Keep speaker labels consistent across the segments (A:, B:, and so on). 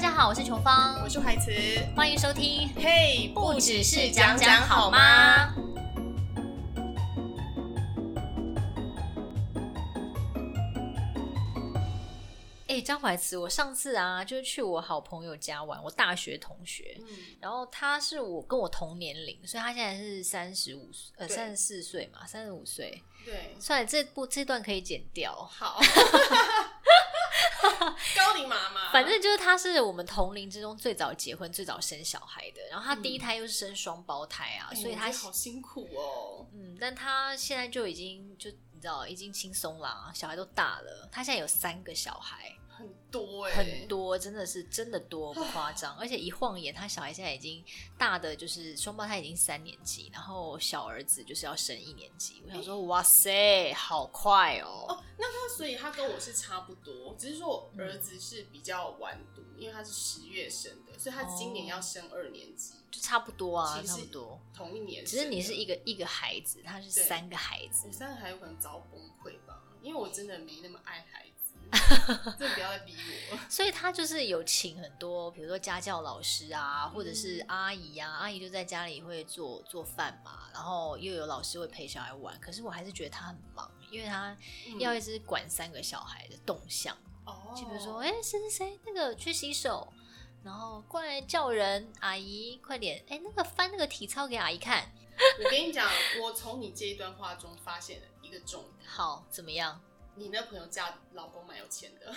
A: 家好，我是琼芳，
B: 我是怀慈，
A: 欢迎收听。
B: 嘿、
A: 不只是讲讲好吗？哎，张怀慈，我上次啊，就是去我好朋友家玩，我大学同学，
B: 嗯，
A: 然后他是我跟我同年龄，所以他现在是三十五，呃，
B: 对
A: 三十四岁嘛，三十五岁。
B: 对，
A: 算了，这部这段可以剪掉。
B: 好，高龄妈妈，
A: 反正就是他是我们同龄之中最早结婚、最早生小孩的，然后他第一
B: 嗯
A: 胎又是生双胞胎啊，
B: 哎
A: 所以
B: 我
A: 他
B: 觉得好辛苦哦。
A: 嗯，但他现在就已经就你知道已经轻松了啊，小孩都大了，他现在有三个小孩，
B: 很多哎、
A: 很多真的是真的多不夸张，而且一晃眼，他小孩现在已经大的就是双胞胎已经三年级，然后小儿子就是要升一年级，我想说哇塞，好快哦，
B: 哦。那他所以他跟我是差不多，只是说我儿子是比较晚读，因为他是十月生的，所以他今年要升二年级，
A: 就差不多啊，
B: 其实
A: 差不多。
B: 同一年
A: 只
B: 生
A: 是
B: 的。
A: 你是一个一个孩子，他是
B: 对
A: 三个孩子
B: 我，三个还有可能早崩溃吧，因为我真的没那么爱孩 子，真的不要再逼我。
A: 所以他就是有请很多，比如说家教老师啊，或者是
B: 嗯
A: 阿姨啊，阿姨就在家里会做做饭嘛，然后又有老师会陪小孩玩。可是我还是觉得他很忙，因为他
B: 嗯
A: 要一直管三个小孩的动向，
B: 哦，
A: 就比如说，哎、谁谁谁那个去洗手，然后过来叫人，阿姨快点，哎、那个翻那个体操给阿姨看，
B: 我跟你讲，我从你这一段话中发现了一个重点，
A: 好怎么样？
B: 你那朋友家老公蛮有钱的，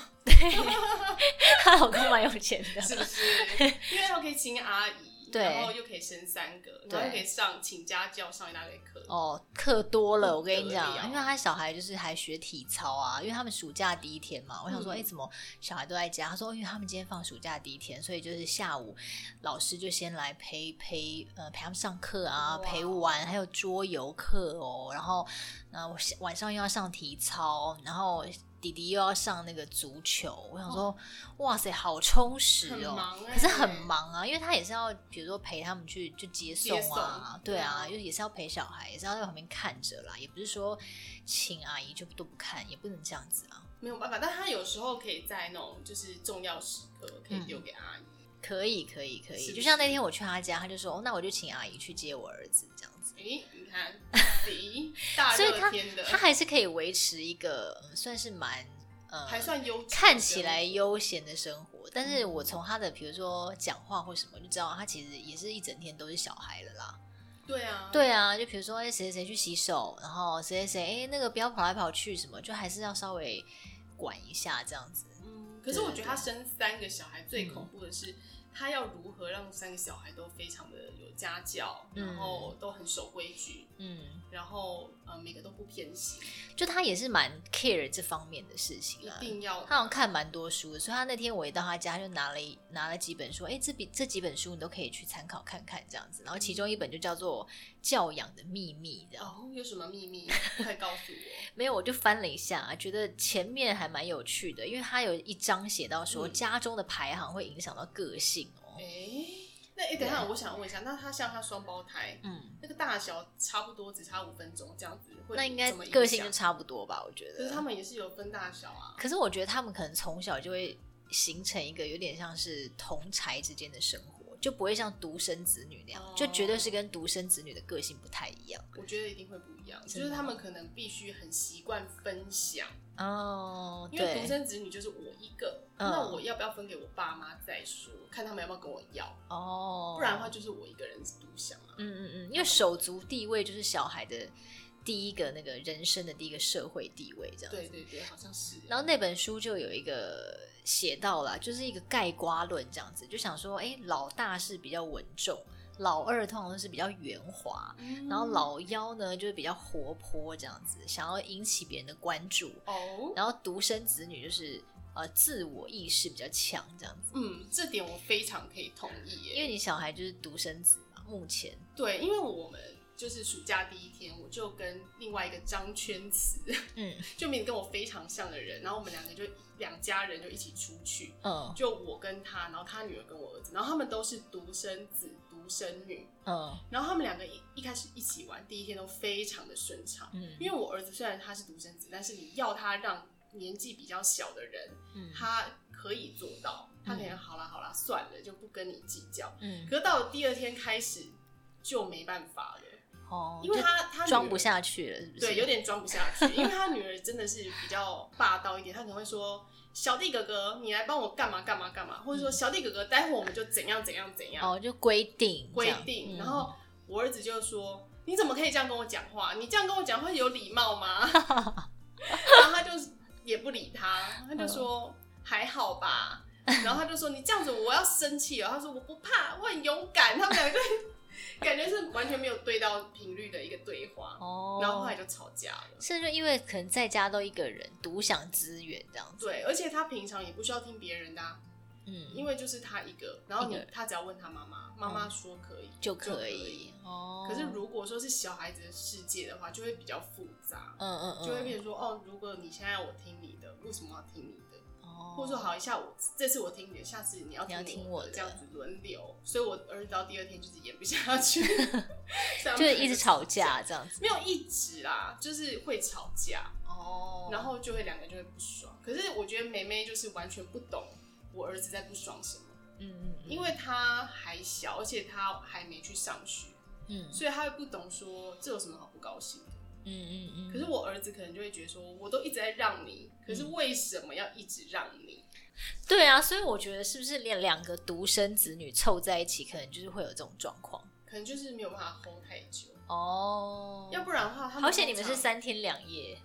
A: 她老公蛮有钱的，
B: 是不是？因为他可以请阿姨，
A: 对
B: 然后又可以生三个，然后又可以上请家教上一大堆课。
A: 哦，课多了，我跟你
B: 不得了
A: 讲，因为他小孩就是还学体操啊，因为他们暑假第一天嘛，我想说，
B: 嗯
A: 哎、怎么小孩都在家？他说，因为他们今天放暑假第一天，所以就是下午老师就先来陪陪呃陪他们上课啊，
B: 哇
A: 陪玩，还有桌游课哦，然后然后晚上又要上体操，然后弟弟又要上那个足球，我想说，哇塞，好充实
B: 哦很
A: 哦。
B: 忙、欸，
A: 可是很。忙啊，因为他也是要，比如说陪他们去就接送啊，
B: 接送
A: 对啊，
B: 嗯
A: 就也是要陪小孩，也是要在旁边看着啦，也不是说请阿姨就都不看，也不能这样子啊。
B: 没有办法，但他有时候可以在那种就是重要时刻可以
A: 嗯
B: 丢给阿姨，
A: 可以，可以，可
B: 是
A: 以。
B: 不
A: 就像那
B: 是
A: 天我去他家，他就说：“哦，那我就请阿姨去接我儿子这样子。
B: 诶，你看，咦，大
A: 所以
B: 热天”的，
A: 他还是可以维持一个嗯算是蛮呃，
B: 还算优质的，嗯
A: 看起来悠闲的生活，但是我从他的比如说讲话或什么就知道，他其实也是一整天都是小孩了啦。
B: 对啊，
A: 对啊，就比如说，哎、谁谁谁去洗手，然后谁谁谁，哎、那个不要跑来跑去，什么，就还是要稍微管一下这样子。
B: 嗯，可是我觉得他生三个小孩最恐怖的是，他要如何让三个小孩都非常的有家教，
A: 嗯
B: 然后都很守规矩，
A: 嗯，
B: 然后呃每个都不偏心，
A: 就他也是蛮 care 这方面的事情
B: 一
A: 啊。
B: 定要
A: 他好像看蛮多书的，所以他那天我一到他家就拿了一拿了几本书，哎、这笔这几本书你都可以去参考看看这样子。然后其中一本就叫做《教养的秘密》这样。
B: 哦有什么秘密快告诉 我。
A: 没有，我就翻了一下，啊觉得前面还蛮有趣的，因为他有一章写到说，
B: 嗯
A: 家中的排行会影响到个性哦。
B: 哎，那哎等一下，我想问一下，那他像他双胞胎，
A: 嗯，
B: 那个大小差不多只差五分钟这样子，会
A: 那应该
B: 怎么影响
A: 个性就，差不多吧，我觉
B: 可是他
A: 得。
B: 们也是有分大小啊。
A: 可是我觉得他们可能从小就会形成一个有点像是同才之间的生活，就不会像独生子女那样，
B: 哦
A: 就绝对是跟独生子女的个性不太一样。
B: 我觉得一定会不一样，就
A: 真的
B: 是他们可能必须很习惯分享，
A: 哦，
B: 因为独
A: 对，
B: 生子女就是我一个，
A: 嗯
B: 那我要不要分给我爸妈再说，看他们要不要跟我要，
A: 哦，
B: 不然的话，就是我一个人独享啊。
A: 嗯嗯嗯，因为手足地位就是小孩的第一个那个人生的第一个社会地位这样。
B: 对对对，好像是。
A: 然后那本书就有一个写到啦，就是一个盖瓜论这样子，就想说，哎，老大是比较稳重，老二通常都是比较圆滑，
B: 嗯
A: 然后老幺呢就是比较活泼这样子，想要引起别人的关注，
B: 哦，
A: 然后独生子女就是呃自我意识比较强这样子，
B: 嗯，这点我非常可以同意耶，
A: 因为你小孩就是独生子嘛，目前
B: 对，因为我们就是暑假第一天，我就跟另外一个张圈慈，
A: 嗯
B: 就名字跟我非常像的人，然后我们两个就两家人就一起出去，
A: 嗯
B: 就我跟他，然后他女儿跟我儿子，然后他们都是独生子、独生女，
A: 嗯
B: 然后他们两个一一开始一起玩，第一天都非常的顺畅。
A: 嗯
B: 因为我儿子虽然他是独生子，但是你要他让年纪比较小的人，
A: 嗯，
B: 他可以做到，他可能好啦好啦算了，就不跟你计较。
A: 嗯，
B: 可是到了第二天开始就没办法了，
A: 哦，
B: 因为他他
A: 就装
B: 女儿
A: 不下去了，是不是？
B: 对，有点装不下去，因为他女儿真的是比较霸道一点，他可能会说：“小弟哥哥，你来帮我干嘛干嘛干嘛”，或者说：“小弟哥哥，待会我们就怎样怎样怎样
A: 哦，就规定这
B: 规
A: 样
B: 定。”
A: 嗯
B: 然后我儿子就说：“你怎么可以这样跟我讲话？你这样跟我讲话有礼貌吗？” 然后他就也不理他，他就说：“还好吧。”然后他就说：“你这样子我要生气哦了。”他说：“我不怕，我很勇敢。”他们两个 感觉是完全没有对到频率的一个对话。
A: 哦，
B: 然后后来就吵架了。
A: 甚至因为可能在家都一个人独享资源这样子，
B: 对，而且他平常也不需要听别人的、啊，
A: 嗯，
B: 因为就是他一个，然后
A: 一
B: 你
A: 个人
B: 他只要问他妈妈，妈妈说可以、
A: 就
B: 可
A: 可以哦。
B: 可是如果说是小孩子的世界的话，就会比较复杂，
A: 嗯嗯嗯，
B: 就会变成说哦，如果你现在我听你的，为什么要听你的？
A: 哦，
B: 或者说好，一下我这次我听你的，下次你要
A: 你要
B: 听
A: 听
B: 我
A: 我的
B: 这样子轮流。所以我儿子到第二天就是演不 下去，
A: 就
B: 所以他们两个
A: 一直吵，架这样子
B: 没有一直啦，就是会吵架。
A: 哦
B: 然后就会两个人就会不爽。可是我觉得梅梅就是完全不懂我儿子在不爽什么，
A: 嗯嗯，
B: 因为他还小，而且他还没去上学，
A: 嗯
B: 所以他会不懂说这有什么好不高兴的。
A: 嗯嗯嗯，
B: 可是我儿子可能就会觉得说，我都一直在让你，可是为什么要一直让你？
A: 对啊，所以我觉得是不是连两个独生子女凑在一起，可能就是会有这种状况
B: 可能就是没有办法 hold 太久，
A: 哦。
B: 要不然的话，他们
A: 好险你们
B: 通
A: 是
B: 常
A: 三天两夜，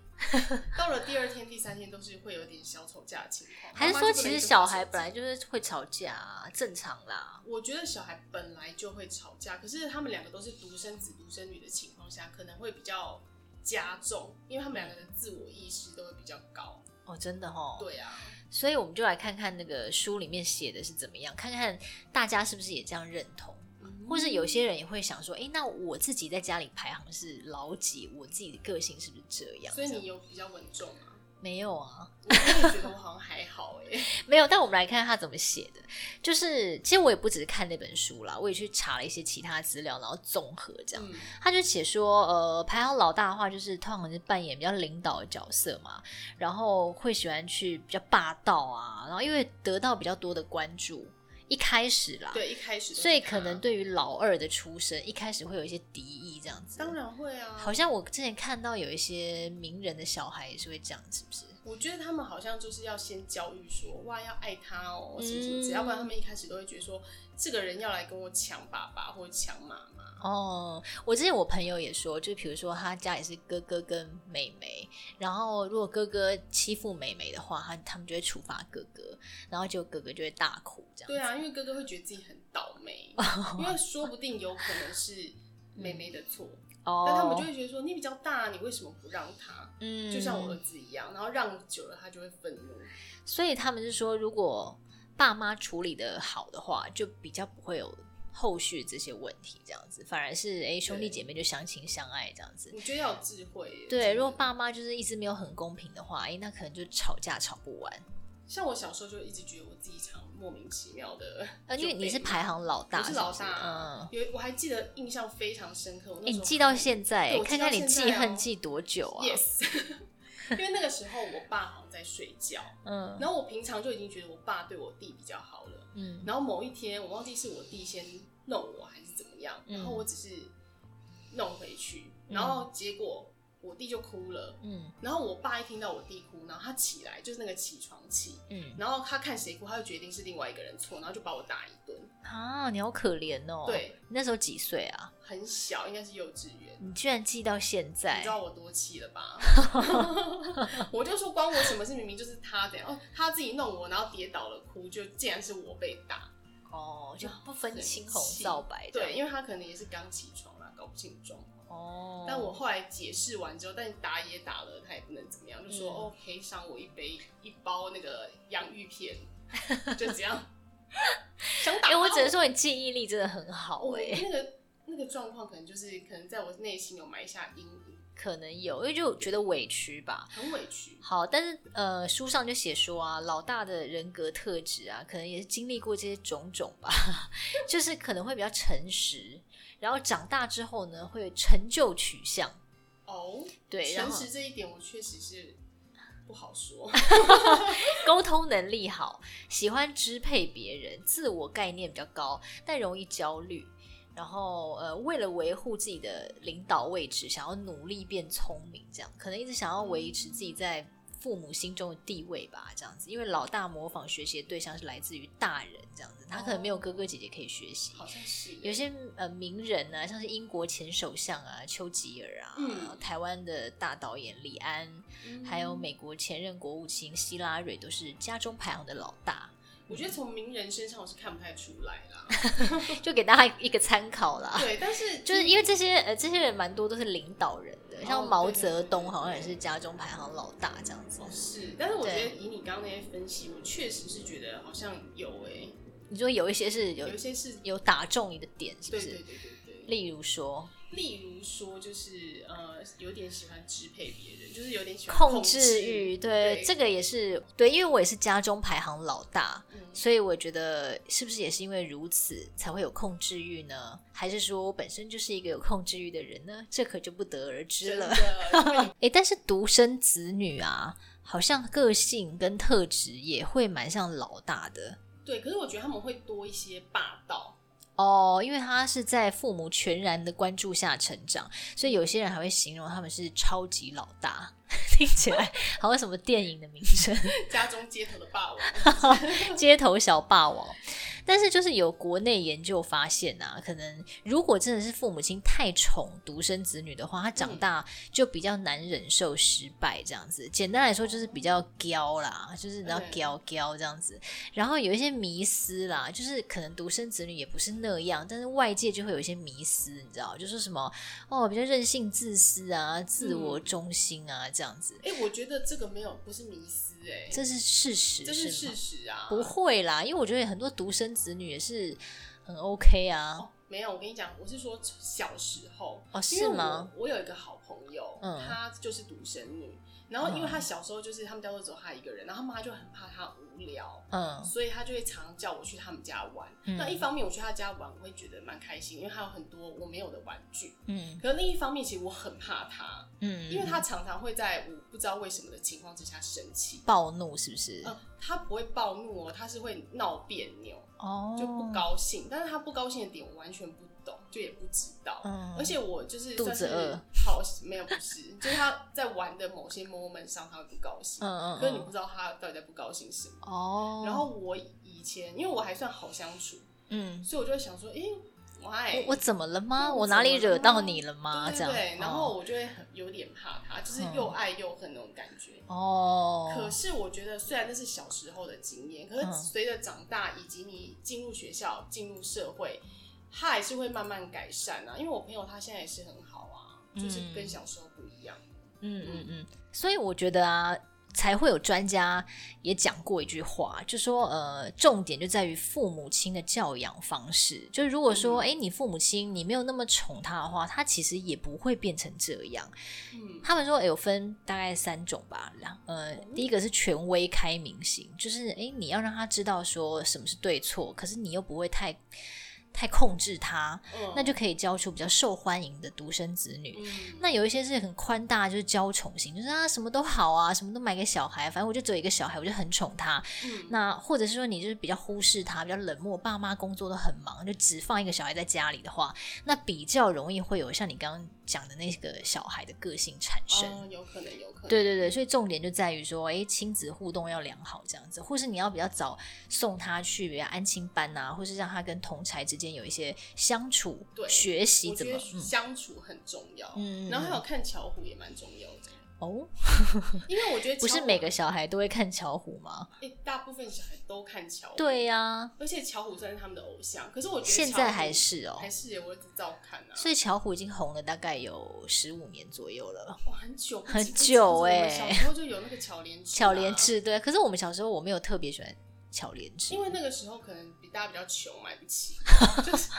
B: 到了第二天、第三天都是会有点小吵架的情况。
A: 还是
B: 妈妈
A: 说
B: 就不
A: 其
B: 能
A: 实
B: 一直
A: 小
B: 玩
A: 孩
B: 手
A: 本来
B: 机
A: 就是会吵架、啊，正常啦。
B: 我觉得小孩本来就会吵架，可是他们两个都是独生子、独生女的情况下，可能会比较加重，因为他们两个的自我意识都会比较高。
A: 哦，真的哦。
B: 对啊，
A: 所以我们就来看看那个书里面写的是怎么样，看看大家是不是也这样认同，
B: 嗯
A: 或是有些人也会想说，诶，那我自己在家里排行是老几，我自己的个性是不是这样？
B: 所以
A: 这样
B: 你有比较稳重吗？
A: 没有啊？
B: 我也觉得我好像还好哎、
A: 没有，但我们来看他怎么写的。就是其实我也不只是看那本书啦，我也去查了一些其他资料，然后综合这样。
B: 嗯，
A: 他就写说，呃，排行老大的话，就是通常是扮演比较领导的角色嘛，然后会喜欢去比较霸道啊，然后因为得到比较多的关注，一开始啦，
B: 对，一啊开始都是
A: 所以
B: 他
A: 可能对于老二的出身，一开始会有一些敌意这样子。
B: 当，然会啊。
A: 好像我之前看到有一些名人的小孩也是会这样，是不是？
B: 我觉得他们好像就是要先教育说，哇，要爱他哦，什么什么之
A: 嗯
B: 类，要不然他们一开始都会觉得说，这个人要来跟我抢爸爸或者抢妈妈。
A: 哦，我之前我朋友也说，就比如说他家里是哥哥跟妹妹，然后如果哥哥欺负妹妹的话，他他们就会处罚哥哥，然后就哥哥就会大哭这样。
B: 对， 啊，因为哥哥会觉得自己很倒霉，因为说不定有可能是妹妹的错，
A: 哦，
B: 但他们就会觉得说你比较大，你为什么不让他？
A: 嗯，
B: 就像我儿，子一样，然后让久了他就会愤怒。
A: 所以他们是说，如果爸妈处理的好的话，就比较不会有后续这些问题，这样子，反而是哎兄弟
B: 对
A: 姐妹就相亲相爱这样子。
B: 我觉得要有智慧耶。真
A: 对，
B: 的
A: 如果爸妈就是一直没有很公平的话，哎，那可能就吵架吵不完。
B: 像我小时候就一直觉得我自己常莫名其妙的，
A: 呃，因为你是
B: 就被
A: 排行老大，
B: 我是老
A: 不
B: 大啊
A: 嗯，。
B: 有我还记得印象非常深刻，我
A: 哎、
B: 那时
A: 你
B: 候
A: 记到现在、
B: 对我记
A: 看
B: 到
A: 看你
B: 现
A: 记
B: 在哦
A: 恨记多久啊？
B: yes，因 为那个时候我爸好像在睡觉，
A: 嗯
B: 然后我平常就已经觉得我爸对我弟比较好了。
A: 嗯
B: 然后某一天，我忘记是我弟先弄我还是怎么样，
A: 嗯
B: 然后我只是弄回去，
A: 嗯
B: 然后结果我弟就哭了。
A: 嗯
B: 然后我爸一听到我弟哭，然后他起来就是那个起床气，
A: 嗯
B: 然后他看谁哭，他就决定是另外一个人错，然后就把我打一顿。
A: 啊，你好可怜哦。
B: 对，
A: 你那时候几岁啊？
B: 很小，应该是幼稚园，
A: 你居然记到现
B: 你
A: 在
B: 知，道我多气了 吧？ 我就说关我什么事？明明就是他怎样，哦，他自己弄我，然后跌倒了哭，就竟然是我被打。
A: 哦，就不分
B: 很
A: 青红
B: 气
A: 皂白的。
B: 对，因为他可能也是刚起床啦，搞不清状况。
A: 哦，
B: 但我后来解释完之后，但打也打了，他也不能怎么样，就说、
A: 嗯
B: 哦赔偿我一杯一包那个洋芋片，就这 样。想打
A: 哎、
B: 他
A: 我只能说你记忆力真的很好
B: 我
A: 哎、
B: 那个那个状况可能就是可能在我内心有埋下阴影，
A: 可能有，因为就觉得委屈吧。
B: 很委屈。
A: 好，但是呃，书上就写说啊，老大的人格特质啊，可能也是经历过这些种种吧， 就是可能会比较诚实，然后长大之后呢，会有成就取向，
B: 哦，
A: 对，然
B: 诚
A: 后
B: 实这一点我确实是不好 说。
A: 沟通能力好，喜欢支配别人，自我概念比较高，但容易焦虑。然后呃，为了维护自己的领导位置，想要努力变聪明，这样可能一直想要维持自己在父母心中的地位吧，这样子。因为老大模仿学习的对象是来自于大人，这样子，他可能没有哥哥姐姐可以学习。
B: 哦好像是欸耶
A: 有些呃名人啊，像是英国前首相啊丘吉尔啊，
B: 嗯
A: 台湾的大导演李安，
B: 嗯
A: 还有美国前任国务卿希拉蕊，都是家中排行的老大，
B: 我觉得从名人身上我是看不太出来 啦。
A: 就给大家一个参考啦。
B: 对，但是
A: 就是因为这些呃，这些人蛮多都是领导人的，
B: 哦
A: 像毛
B: 对对
A: 泽东
B: 对
A: 好像也是家中排行老大这样子
B: 哦。是，但是我觉
A: 对
B: 得以你刚刚那些分析，我确实是觉得好像有诶、
A: 你说有一些是有
B: 有一些是，
A: 有打中你的点，是不
B: 对
A: 是？
B: 对对对对。
A: 例如说
B: 例如说，就是呃，有点喜欢支配别人，就是有点喜欢
A: 控
B: 制
A: 制欲，对
B: 对
A: 这个也是对，因为我也是家中排行老大，
B: 嗯
A: 所以我觉得是不是也是因为如此才会有控制欲呢？还是说我本身就是一个有控制欲的人呢？这可就不得而知
B: 真
A: 了
B: 的。因 为你
A: 诶，但是独生子女啊，好像个性跟特质也会蛮像老大的
B: 对，可是我觉得他们会多一些霸道，
A: 哦，因为他是在父母全然的关注下成长，所以有些人还会形容他们是超级老大， 听起来好像什么电影的名称。
B: 家中街头的霸王。
A: 街头小霸王。但是就是有国内研究发现啊，可能如果真的是父母亲太宠独生子女的话，他长
B: 嗯
A: 大就比较难忍受失败这样子。简单来说就是比较娇啦，就是比较
B: 嗯
A: 娇娇这样子。然后有一些迷思啦，就是可能独生子女也不是那样，但是外界就会有一些迷思，你知道，就说什么哦比较任性、自私啊、自
B: 嗯
A: 我中心啊这样子。
B: 哎、我觉得这个没有不是迷思哎、
A: 这是事实，
B: 这是
A: 是吗
B: 事实啊。
A: 不会啦，因为我觉得很多独生子女也是很 OK 啊。
B: 哦，没有，我跟你讲，我是说小时候
A: 哦
B: 因为
A: 是吗
B: 我？我有一个好朋友，
A: 嗯
B: 她就是独生女，然后因为她小时候就是他们家都只有她一个人，然后她妈就很怕她无聊。
A: 嗯
B: 所以她就会常常叫我去他们家玩。
A: 嗯
B: 那一方面我去她家玩，我会觉得蛮开心，因为她有很多我没有的玩具。
A: 嗯
B: 可是另一方面，其实我很怕她，
A: 嗯，
B: 因为她常常会在我不知道为什么的情况之下生气。
A: 暴怒是不是？
B: 呃，她不会暴怒哦，她是会闹别扭，
A: 哦，
B: 就不。高兴。但是她不高兴的点我完全不懂，就也不知道。
A: 嗯，
B: 而且我就是
A: 肚
B: 算
A: 子
B: 是
A: 饿
B: 好，没有不是，就是他在玩的某些 moment 上他会不高兴，
A: 嗯嗯
B: 可是你
A: 嗯
B: 不知道他到底在不高兴什么。
A: 哦，
B: 然后我以前因为我还算好相处，
A: 嗯，
B: 所以我就会想说，诶，why？
A: 我我怎么了吗？
B: 对
A: 我哪里惹到你了吗？
B: 对
A: 这
B: 对
A: 样
B: 对，然
A: 哦嗯
B: 后我就会很有点怕他，就是又爱又恨那种感觉。
A: 哦，
B: 可是我觉得，虽然那是小时候的经验，可
A: 嗯
B: 是随着长大以及你进入学校、进入社会，他还是会慢慢改善啊。因为我朋友他现在也是很好啊，就是
A: 嗯
B: 跟小时候不一样。
A: 嗯嗯嗯，所以我觉得啊，才会有专家也讲过一句话，就说呃，重点就在于父母亲的教养方式。就是如果说，
B: 嗯
A: 诶，你父母亲你没有那么宠他的话，他其实也不会变成这样。
B: 嗯
A: 他们说、诶有分大概三种吧，两呃，第一个是权威开明型，就是诶，你要让他知道说什么是对错，可是你又不会太太控制他，
B: 嗯，
A: 那就可以教出比较受欢迎的独生子女。
B: 嗯
A: 那有一些是很宽大，就是娇宠型，就是啊什么都好啊，什么都买给小孩，反正我就只有一个小孩，我就很宠他。
B: 嗯
A: 那或者是说你就是比较忽视他，比较冷漠，爸妈工作都很忙，就只放一个小孩在家里的话，那比较容易会有像你刚刚讲的那个小孩的个性产生。
B: 哦，有可能，有可能，
A: 对对对，所以重点就在于说，哎，亲子互动要良好，这样子，或是你要比较早送他去比如安亲班啊，或是让他跟同才之间有一些相处、
B: 对
A: 学习
B: 我
A: 怎
B: 觉
A: 么
B: 得，相处很重要。
A: 嗯
B: 然后还有看巧虎也蛮重要的，
A: 哦，
B: 因为我觉得
A: 不是
B: 巧虎
A: 每个小孩都会看巧虎吗？
B: 诶大部分小孩都看巧虎，
A: 对、呀、
B: 而且巧虎算是他们的偶像。可是我觉得
A: 现
B: 巧
A: 在
B: 虎
A: 还是哦
B: 还是耶我儿子照看啊，
A: 所以巧虎已经红了大概有十五年左右了。
B: 哇，很久
A: 很久
B: 哎、
A: 欸
B: 我们小时候就有那个巧莲智啊
A: 巧莲，智对，可是我们小时候我没有特别喜欢巧莲智
B: 因，为那个时候可能比大家比较穷，买不起，就是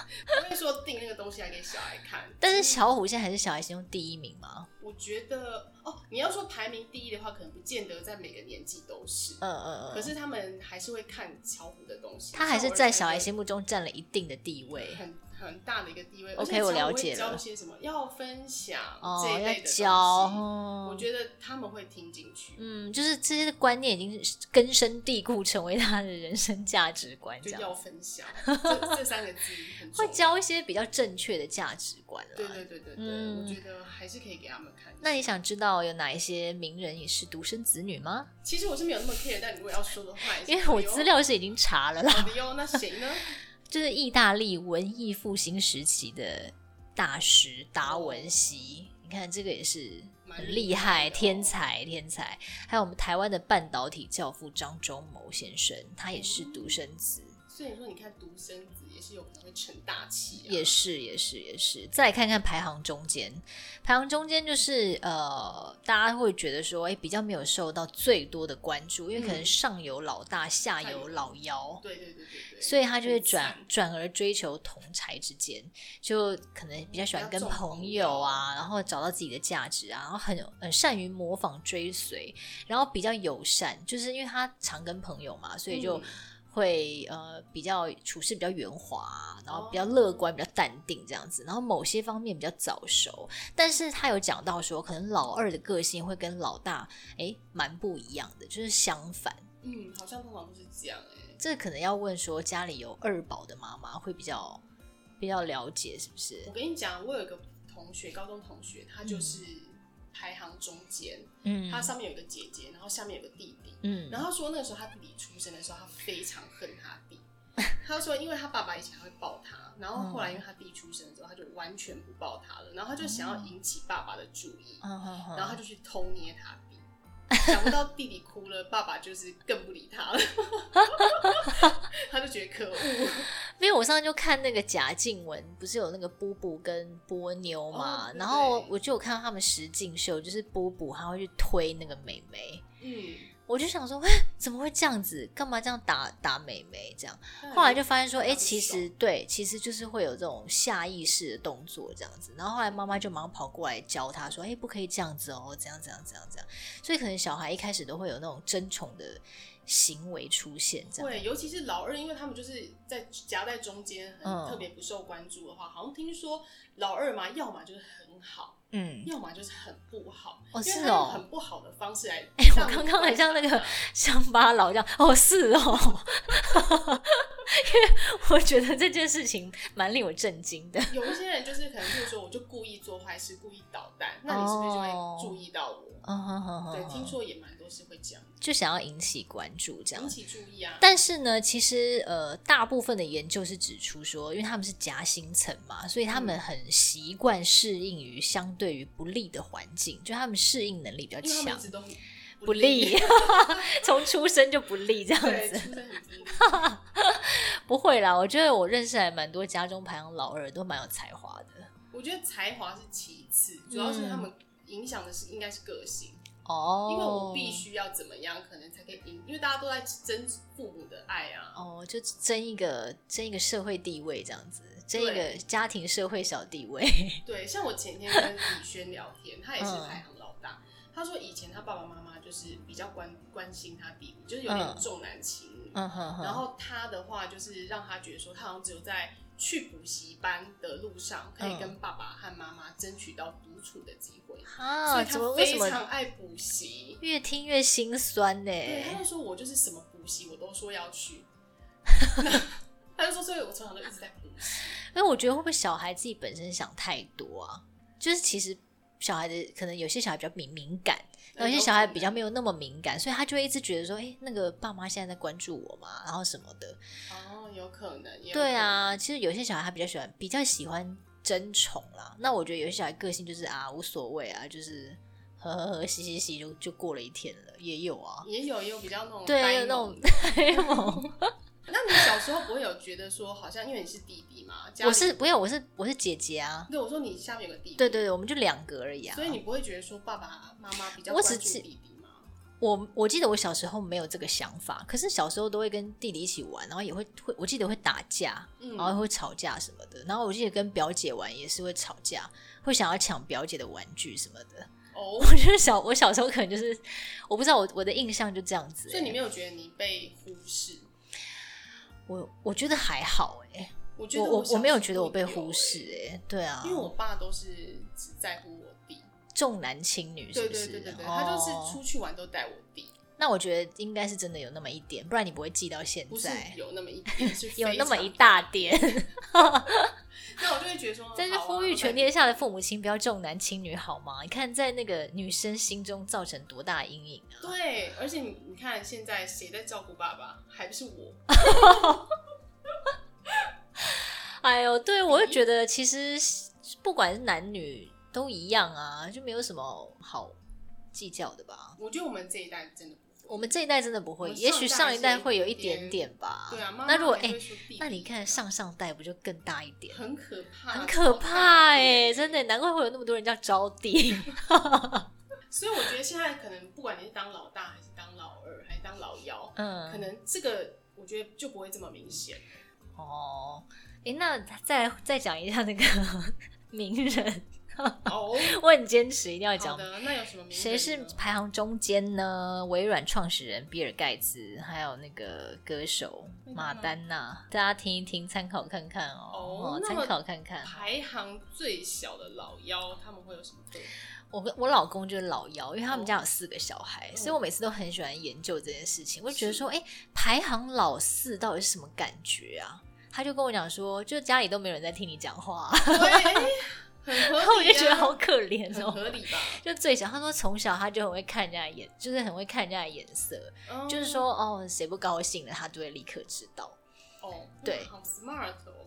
B: 不会说订那个东西来给小孩看。
A: 但是巧虎现在还是小孩心中第一名嘛。
B: 我觉得哦，你要说排名第一的话，可能不见得在每个年纪都是。
A: 嗯嗯
B: 可
A: 嗯，
B: 是他们还是会看巧虎的东西，
A: 他还是在小孩
B: 像
A: 心目中占了一定的地位
B: 我儿子还会很很大的一个地位。
A: OK，
B: 而且
A: 我
B: 常常
A: 了
B: 会
A: 解了
B: 教一些什么要分享
A: 哦
B: 这
A: 要
B: 一，类的东西，
A: 教。
B: 我
A: 嗯
B: 觉得他们会听进去，
A: 嗯，就是这些观念已经根深蒂固，成为他的人生价值观，这
B: 就
A: 样
B: 要分享这这三个字很重
A: 会
B: 要。
A: 教一些比较正确的价值观啦。
B: 对对对对对，
A: 嗯
B: 我觉得还是可以给他们看。
A: 那你，想知道有哪一些名人也是独生子女吗？
B: 其实我是没有那么 care，但如果要说的话，也 是
A: 因为我
B: 可以哦
A: 资料是已经查了啦，
B: 好的哟。那谁呢？
A: 就是意大利文艺复兴时期的大师达文西，你看这个也是很厉
B: 蛮厉害
A: 害，
B: 的哦
A: 天才天才。还有我们台湾的半导体教父张忠谋先生，他也是独生子，
B: 所以说，你看独生子也是有可能会成大器、啊，
A: 也是也是也是。再来看看排行中间，排行中间就是呃，大家会觉得说，哎、比较没有受到最多的关注，因为可能
B: 嗯
A: 上有老大，下有老幺，
B: 对对对对对，
A: 所以他就会
B: 很
A: 转
B: 惨
A: 转而追求同才之间，就可能比较喜欢
B: 比
A: 跟
B: 较重
A: 朋
B: 朋
A: 友
B: 友
A: 啊，然后找到自己的价值啊，然后很很善于模仿追随，然后比较友善，就是因为他常跟朋友嘛，所以就
B: 嗯
A: 会、呃比较处事比较圆滑啊、然后比较
B: 哦
A: 乐观、比较淡定这样子，然后某些方面比较早熟，但是他有讲到说，可能老二的个性会跟老大诶蛮不一样的，就是相反。
B: 嗯，好像通常都是这样哎、
A: 这可能要问说家里有二宝的妈妈会比较比较了解，是不是
B: 我？跟你讲，我有一个同学，高中同学，他就是排行中间，
A: 嗯
B: 他上面有一个姐姐，然后下面有个弟弟。
A: 嗯
B: 然后他说那个时候他弟弟出生的时候，他非常恨他 弟。他说，因为他爸爸以前还会抱他，然
A: 嗯
B: 后后来因为他弟出生之后，他就完全不抱他了，然后他就想要引起爸爸的注意，
A: 嗯哼哼
B: 然后他就去偷捏他弟，想不到弟弟哭了，爸爸就是更不理 他了，他就觉得可恶。
A: 因为我上次就看那个贾静雯，不是有那个布布跟波妞嘛，
B: 哦对对
A: 然后我就有看到他们实境秀，就是布布他会去推那个妹妹，
B: 嗯，
A: 我就想说，哎，怎么会这样子？干嘛这样打打妹妹这样？
B: 但
A: 后来就发现说，哎、
B: 很
A: 其实
B: 爽
A: 对，其实就是会有这种下意识的动作这样子。然后后来妈妈就马上跑过来教他说，哎、不可以这样子哦，这样这样这样这样。所以可能小孩一开始都会有那种争宠的行为出现，这样。
B: 对，尤其是老二，因为他们就是在夹在中间，
A: 嗯
B: 很特别不受关注的话，好像听说老二嘛，要么就是很好，
A: 嗯，
B: 要么就是很不好，
A: 哦
B: 因为
A: 是
B: 他用
A: 哦
B: 很不好的方式来
A: 哎、
B: 让
A: 我
B: 你观察他。
A: 刚刚很像那个乡巴佬这样。哦，是哦， 因为我觉得这件事情蛮令我震惊的。
B: 有一些人就是可能，譬如说，我就故意做坏事，故意捣蛋，那你是不是就
A: 哦
B: 会注意到我？
A: 嗯哼哼哼
B: 对，
A: 哼
B: 听说也蛮多是会这样，
A: 就想要引起关注这样
B: 引
A: 子。
B: 起注意啊。
A: 但是呢，其实呃，大部分的研究是指出说，因为他们是夹心层嘛，所以他们很习惯适应于相对于不利的环境，就他们适应能力比较
B: 因为他们
A: 强
B: 一直，都
A: 不利， 从出生就不利这样
B: 对，
A: 子。
B: 出生很不利。
A: 不会啦，我觉得我认识还蛮多家中排行老二都蛮有才华的
B: 我觉得才华是其次，主要是他们
A: 嗯
B: 影响的是应该是个性。
A: 哦，
B: 因为我必须要怎么样，可能才可以赢，因为大家都在争父母的爱啊。
A: 哦，就争一个争一个社会地位这样子，争一个
B: 对
A: 家庭社会小地位，
B: 对，像我前天跟李轩聊天，他也是
A: 嗯
B: 排行老大。他说以前他爸爸妈妈就是比较关关心他弟弟，就是有点
A: 嗯
B: 重男轻女。
A: 嗯哼哼，
B: 然后他的话就是让他觉得说，他好像只有在去补习班的路上，可以
A: 嗯
B: 跟爸爸和妈妈争取到独处的机会，
A: 啊，怎么
B: 所
A: 为
B: 以
A: 什
B: 他非
A: 么
B: 常爱补习。
A: 越听越心酸呢、
B: 对，他就说我就是什么补习我都说要去， 那他就说，所以我从小都一直在补习。
A: 因为我觉得会不会小孩自己本身想太多啊？就是其实小孩的可能有些小孩比较敏敏感， 然后有些小孩比较没有那么敏感，所以他就会一直觉得说，哎、那个爸妈现在在关注我嘛，然后什么的。
B: 哦，有可能，也有
A: 对啊，其实有些小孩他比较喜欢，比较喜欢争宠啦。那我觉得有些小孩个性就是啊，无所谓啊，就是和和和嘻嘻嘻就就过了一天了，也有啊
B: 可能，。也有也有比较那种
A: 对，有那
B: 呆
A: 种
B: 萌
A: 呆萌。
B: 那你小时候不会有觉得说，好像因为你是弟弟嘛，家里
A: 我是没有，我是我是姐姐啊。
B: 对我说你下面有个弟弟，
A: 对对，对，我们就两个而已啊。
B: 所以你不会觉得说爸爸妈妈比较
A: 我
B: 关
A: 只
B: 注
A: 记
B: 弟弟吗？
A: 我我记得我小时候没有这个想法，可是小时候都会跟弟弟一起玩，然后也会会，我记得会打架，
B: 嗯，
A: 然后会吵架什么的。然后我记得跟表姐玩也是会吵架，会想要抢表姐的玩具什么的。
B: 哦
A: 我，觉得小我小时候可能就是我不知道我我的印象就这样子、欸
B: 所以你没
A: 有
B: 有觉得你被忽视？
A: 我我觉得还好哎、
B: 我觉
A: 我
B: 得
A: 我
B: 小
A: 没有
B: 时候
A: 觉得我被
B: 有
A: 忽视、欸，哎、对啊
B: 哎，，因为我爸都是只在乎我弟，
A: 重男轻女是
B: 对
A: 不是？
B: 对对对对，
A: 哦
B: 他就是出去玩都带我弟，
A: 那我觉得应该是真的有那么一点，不然你不会记到现
B: 不是
A: 在，
B: 有那么一点， 是
A: 有
B: 非
A: 那么
B: 常
A: 一大点。
B: 那我就会觉得说，
A: 但是
B: 好啊
A: 呼吁全，
B: 那
A: 天下的父母亲不要重男轻女，好吗？你看在那个女生心中造成多大的阴影啊！
B: 对，而且你你看现在谁在照顾爸爸，还不是我，
A: 哎呦，对我就觉得其实不管是男女都一样啊，就没有什么好计较的吧。
B: 我觉得我们这一代真的不会
A: 我们这一代真的不
B: 我
A: 会，
B: 们
A: 也许
B: 上代
A: 上一代
B: 是
A: 会有
B: 一
A: 一
B: 点
A: 点点吧。
B: 对啊，妈妈
A: 那如果
B: 还
A: 哎
B: 是会，说弟弟
A: 那你看上上代不就更大一点？
B: 很可怕，
A: 很可怕哎、
B: 哎，
A: 真的，难怪会有那么多人叫招 娣。
B: 所以我觉得现在可能不管你是当老大还是当老二还是当老幺，可
A: 嗯，
B: 能这个我觉得就不会这么明显。
A: 哦，哎、那再再讲一下那个 名人，
B: 哦，
A: 我很坚持一定要
B: 好
A: 讲。
B: 的，那有什么名人呢？
A: 谁是排行中间呢？微软创始人比尔盖茨，还有那个歌手
B: 麦
A: 马
B: 当
A: 丹娜，大家听一听，参考看看
B: 哦
A: 哦，
B: 那
A: 参
B: 么
A: 考看看。
B: 排行最小的老幺？他们会有什么特 点？
A: 我跟我老公就是老幺，因为他们
B: 哦
A: 家有四个小孩，
B: 嗯
A: 所以我每次都很喜欢研究这件事情。我就觉得
B: 是
A: 说，哎、排行老四到底是什么感觉啊？他就跟我讲说，就家里都没有人在听你讲话、
B: 对，很合
A: 然
B: 理、啊。
A: 后 我就觉得好可怜
B: 很
A: 哦。
B: 合理吧？
A: 就最小，他说从小他就很会看人家的眼，就是很会看人家的眼色，
B: 嗯
A: 就是，说哦，谁不高兴了，他就会立刻知道。
B: 哦，
A: 对
B: 哇好 smart 哦。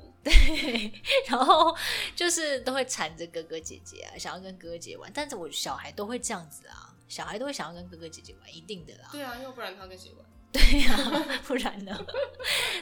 A: 然后就是都会缠着哥哥姐姐啊，想要跟哥哥姐姐玩。但是我小孩都会这样子啊，小孩都会想要跟哥哥姐姐玩，一定的啦。
B: 对啊，要不然他跟谁玩？
A: 对呀、 不然呢？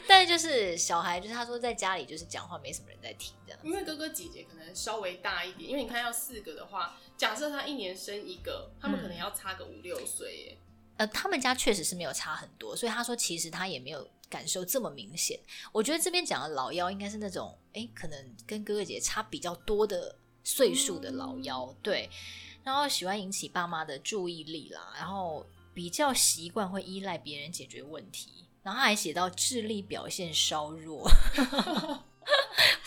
A: 但是就是小孩，就是他说在家里就是讲话没什么人在听这样。
B: 因为哥哥姐姐可能稍微大一点，因为你看要四个的话，假设他一年生一个，他们可
A: 嗯
B: 能要差个五六岁耶。
A: 呃，他们家确实是没有差很多，所以他说其实他也没有感受这么明显。我觉得这边讲的老幺应该是那种，哎，可能跟哥哥姐姐差比较多的岁数的老幺，
B: 哦
A: 对。然后喜欢引起爸妈的注意力啦，然后比较习惯会依赖别人解决问题，然后他还写到智力表现稍 弱，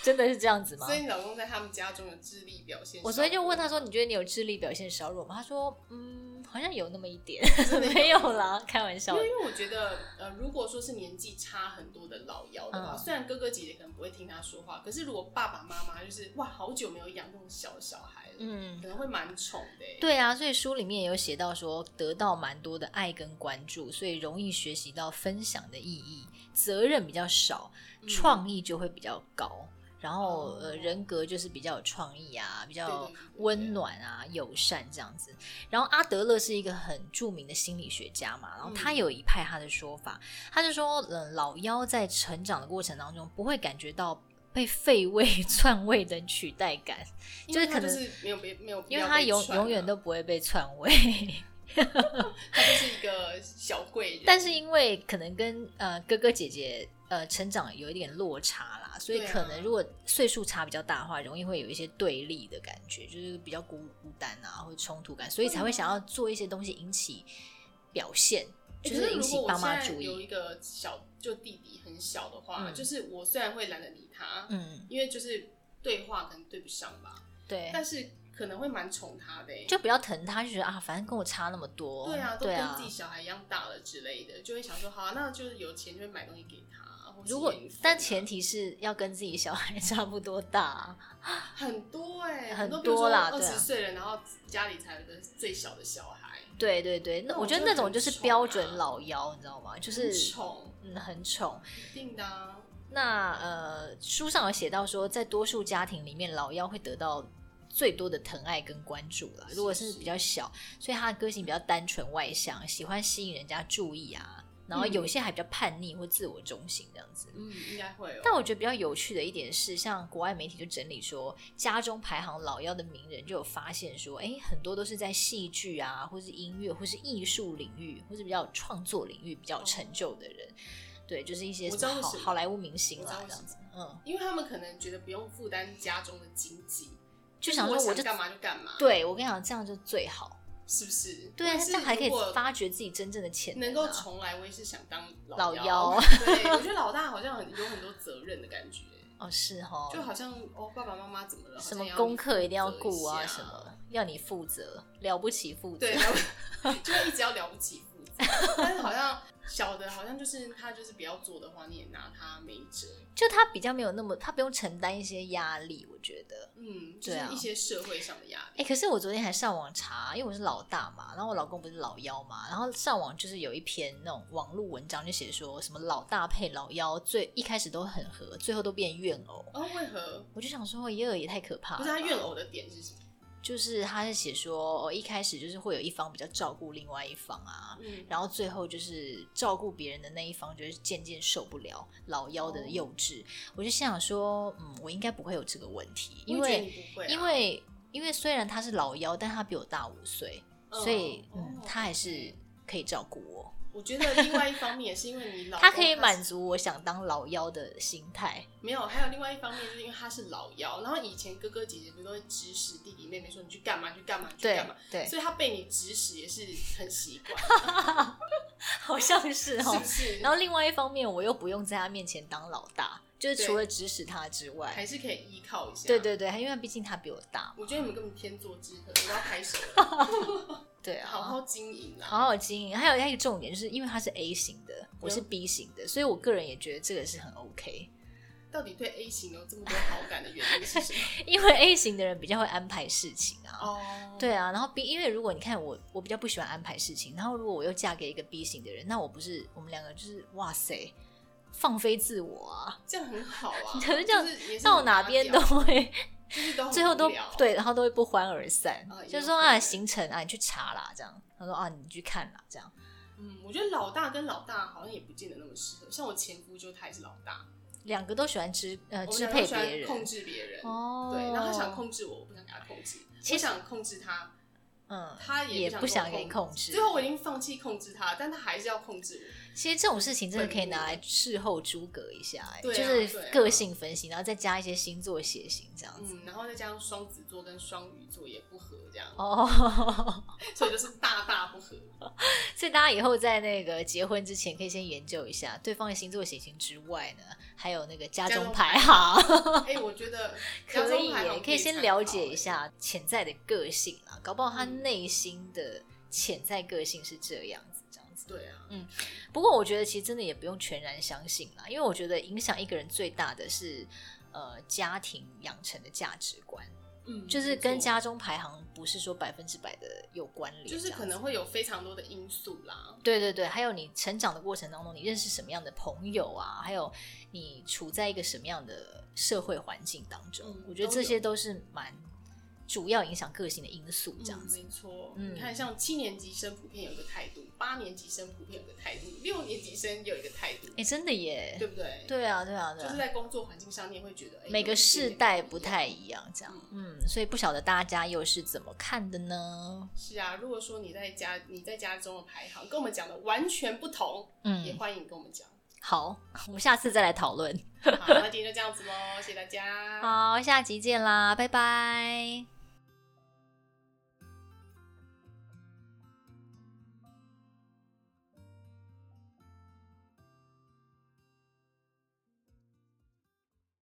A: 真的是这样子吗？
B: 所以你老公在他们家中的智力表现，
A: 我昨天就问他说：“你觉得你有智力表现稍弱吗？”他说：“嗯，好像有那么一点，
B: 真的 有
A: 没有啦，开玩笑
B: 因
A: 的。
B: 为因为我觉得，呃，如果说是年纪差很多的老幺的话，
A: 嗯
B: 虽然哥哥姐姐可能不会听他说话，可是如果爸爸妈妈就是哇，好久没有养那种小的小孩了，
A: 嗯
B: 可能会蛮宠的耶。”
A: 对啊，所以书里面也有写到说，得到蛮多的爱跟关注，所以容易学习到分享的意义，责任比较少，
B: 嗯
A: 创意就会比较高，然后
B: 哦
A: 呃，人格就是比较有创意啊，比
B: 对
A: 较
B: 对对对
A: 温暖啊、友善这样子。然后阿德勒是一个很著名的心理学家嘛，然后他
B: 嗯
A: 有一派他的说法，他就说，嗯，老妖在成长的过程当中不会感觉到被废位、 篡位的取代感，
B: 因
A: 就
B: 为
A: 是可
B: 他
A: 能
B: 就是没有别没有必
A: 因为
B: 要
A: 他
B: 被
A: 永
B: 传啊
A: 永远都不会被篡 位。
B: 他就是一个小贵人，
A: 但是因为可能跟呃哥哥姐姐呃成长有一点落差啦，所以
B: 对啊
A: 可能如果岁数差比较大的话，容易会有一些对立的感觉，就是比较孤孤单啊，或者冲突感，所以才会想要做一些东西引起表现，
B: 欸
A: 就
B: 可
A: 是引
B: 如
A: 起
B: 果我
A: 爸
B: 现
A: 妈
B: 在
A: 注
B: 有一
A: 意。
B: 个小就弟弟很小的话，
A: 嗯
B: 就是我虽然会懒得理他，
A: 嗯，
B: 因为就是对话可能对不上吧，
A: 对，
B: 但是可能会蛮宠他的、欸。
A: 就不要疼他，就觉得啊，反正跟我差那么多，
B: 对啊，都
A: 对
B: 跟
A: 啊
B: 自己。小孩一样大了之类的，就会想说，好、啊，那就是有钱就会买东西给他。或是
A: 如果
B: 盐分啊
A: 但前提是要跟自己小孩差不多大啊、
B: 很多哎、
A: 很
B: 多
A: 多啦
B: 二
A: 对啊
B: 十岁了，然后家里才有个最小的小孩，
A: 对对对，那
B: 那
A: 我
B: 我
A: 觉
B: 觉
A: 得
B: 得
A: 那种
B: 很
A: 就是
B: 宠
A: 标
B: 啊
A: 准老妖，你知道吗？就是
B: 很宠，
A: 嗯，很宠。
B: 一定的、啊。
A: 那呃，书上有写到说，在多数家庭里面，老幺会得到最多的疼爱跟关注了。如果是比较小，所以他的个性比较单纯外向，喜欢吸引人家注意啊。然后
B: 嗯
A: 有些还比较叛逆或自我中心这样子。
B: 嗯，应该会哦。
A: 但我觉得比较有趣的一点是，像国外媒体就整理说，家中排行老幺的名人就有发现说，哎，很多都是在戏剧啊，或是音乐，或是艺术领域，或是比较有创作领域比较有成就的人，对，就是一些
B: 哦
A: 什
B: 我知道
A: 么好
B: 为什么
A: 好莱坞明星
B: 我知道
A: 啦
B: 为
A: 这样
B: 什
A: 子，嗯，
B: 因为他们可能觉得不用负担家中的经济，
A: 就想说
B: 我
A: 我就
B: 干嘛就干嘛，，
A: 对我跟你讲，这样就最好，
B: 是不是？
A: 对啊，
B: 我也是
A: 这样还可以
B: 如果
A: 发掘自己真正的潜
B: 能
A: 能、
B: 够
A: 啊。
B: 重来，我也是想当
A: 老
B: 幺。
A: 幺
B: 对，我觉得老大好像很有很多责任的感觉。
A: 哦，是哦，
B: 就好像哦，爸爸妈妈怎么了？
A: 什么功课一定要顾
B: 啊，
A: 啊，什么要你负责，了不起负责
B: 对，，了不 就是一直要了不起负责，但是好像小的，好像就是他就是不要做的话，你也拿他没辙。
A: 就他比较没有那么，他不用承担一些压力，我觉得。
B: 嗯，就
A: 对
B: 是
A: 啊
B: 一些社会上的压力。
A: 哎、可是我昨天还上网查，因为我是老大嘛，然后我老公不是老幺嘛，然后上网就是有一篇那种网络文章，就写说什么老大配老幺，最一开始都很合，最后都变怨偶。
B: 哦，为何？
A: 我就想说，耶尔也太可怕了。
B: 不是他怨，偶的点是什么？
A: 就是他是写说，哦，一开始就是会有一方比较照顾另外一方啊，
B: 嗯，
A: 然后最后就是照顾别人的那一方，就是渐渐受不了老幺的幼稚。我就心想说，嗯，我应该不会有这个问题，因
B: 我
A: 为
B: 也觉得你不会啊、
A: 因为因为虽然他是老幺，但他比我大五岁，
B: 嗯
A: 所以
B: 哦
A: 嗯，他还是可以照顾我，
B: 我觉得另外一方面也是因为你老 公
A: 他可以
B: 是
A: 满足我想当老幺的心态。
B: 没有，还有另外一方面，就是因为他是老幺，然后以前哥哥姐姐不都会指使弟弟妹妹说你去干嘛去干嘛去
A: 对
B: 干嘛，
A: 对，
B: 所以他被你指使也是 很习惯，
A: 好像是
B: 是
A: 哦
B: 不。是？
A: 然后另外一方面，我又不用在他面前当老大，就是除
B: 对
A: 了指使他之外，
B: 还是可以依靠一下。
A: 对，对对，因为毕竟他比我大嘛。
B: 我觉得你们根本天作之合，我要拍手了，
A: 对啊，
B: 好好经营啊。
A: 好好经营。还有还有一个重点，就是因为他是 A 型的，我是
B: 嗯
A: B 型的，所以我个人也觉得这个是很 OK。
B: 到底对 A 型有这么多好感的原因 是什么？
A: 因为 A 型的人比较会安排事情啊，
B: 哦，
A: 对啊，然后 B，因为如果你看我，我比较不喜欢安排事情，然后如果我又嫁给一个 B 型的人，那我不是我们两个就是哇塞，放飞自我啊，
B: 这样很 好啊。
A: 可是这样
B: 就是也是
A: 到
B: 很
A: 哪
B: 搭
A: 边都
B: 调
A: 会，
B: 就是都很
A: 最后都
B: 无聊
A: 对，然后都会不欢而散，
B: 啊
A: 就
B: 有
A: 是说
B: 可
A: 啊
B: 能
A: 行程啊你去查啦这样，他说啊你去看啦这样，
B: 嗯，我觉得老大跟老大好像也不见得那么适合。像我前夫就他也是老大，
A: 两个都喜欢支呃
B: 我们
A: 哦支
B: 两个
A: 配
B: 喜欢
A: 别
B: 控
A: 人
B: 制别人。
A: 哦，
B: 对，然后他想，控制我，我不想给他控制；
A: 其实
B: 我想控制他，
A: 嗯，
B: 他
A: 也
B: 不
A: 想
B: 想
A: 给你
B: 我
A: 控制。
B: 最后我已经放弃控制他，但他还是要控制我。
A: 其实这种事情真的可以
B: 本能
A: 拿来事后诸葛一下、哎
B: 对啊
A: 就是
B: 对啊
A: 个性分析，然后再加一些星座血型这样子。
B: 嗯，然后再加上双子座跟双鱼座也不合，这样，
A: 哦，
B: 所以就是大大不合。
A: 所以大家以后在那个结婚之前，可以先研究一下对方的星座血型之外呢，还有那个家中排 行，
B: 哎、我觉 得家
A: 可
B: 中
A: 以
B: 排
A: 耶
B: 行，
A: 可以先
B: 参
A: 了
B: 考欸
A: 解
B: 耶
A: 一。下潜在的个性啊，搞不好他
B: 嗯
A: 内心的潜在个性是这样子，这样子。
B: 对啊，
A: 不过我觉得其实真的也不用全然相信啦，因为我觉得影响一个人最大的是呃家庭养成的价值观，
B: 嗯，
A: 就是
B: 没
A: 跟
B: 错
A: 家中排行不是说百分之百的有关联，
B: 就是
A: 这样
B: 可
A: 子
B: 能会有非常多的因素啦。
A: 对对对，还有你成长的过程当中，你认识什么样的朋友啊，还有你处在一个什么样的社会环境当中，
B: 嗯
A: 我觉得这些都是蛮主要影响个性的因素，这样
B: 嗯、
A: 子。
B: 没错。
A: 嗯
B: 你看，像七年级生普遍有一个态度，八年级生普遍有一个态度，六年级生有一个态度
A: 哎、，真的耶，
B: 对不对？
A: 对啊，对啊，对
B: 就是
A: 啊，
B: 在工作环境上，你也会觉得、哎
A: 每个世代不太。
B: 有一点点一样
A: 一样，这样，嗯，所以不晓得大家又是怎么看的呢？
B: 是啊，如果说你在家你在家中的排行跟我们讲的完全不同，也
A: 嗯，
B: 欢迎跟我们讲。
A: 好，我们下次再来讨论。
B: 好，那今天就这样子喽，谢谢大家。
A: 好，下集见啦，拜拜。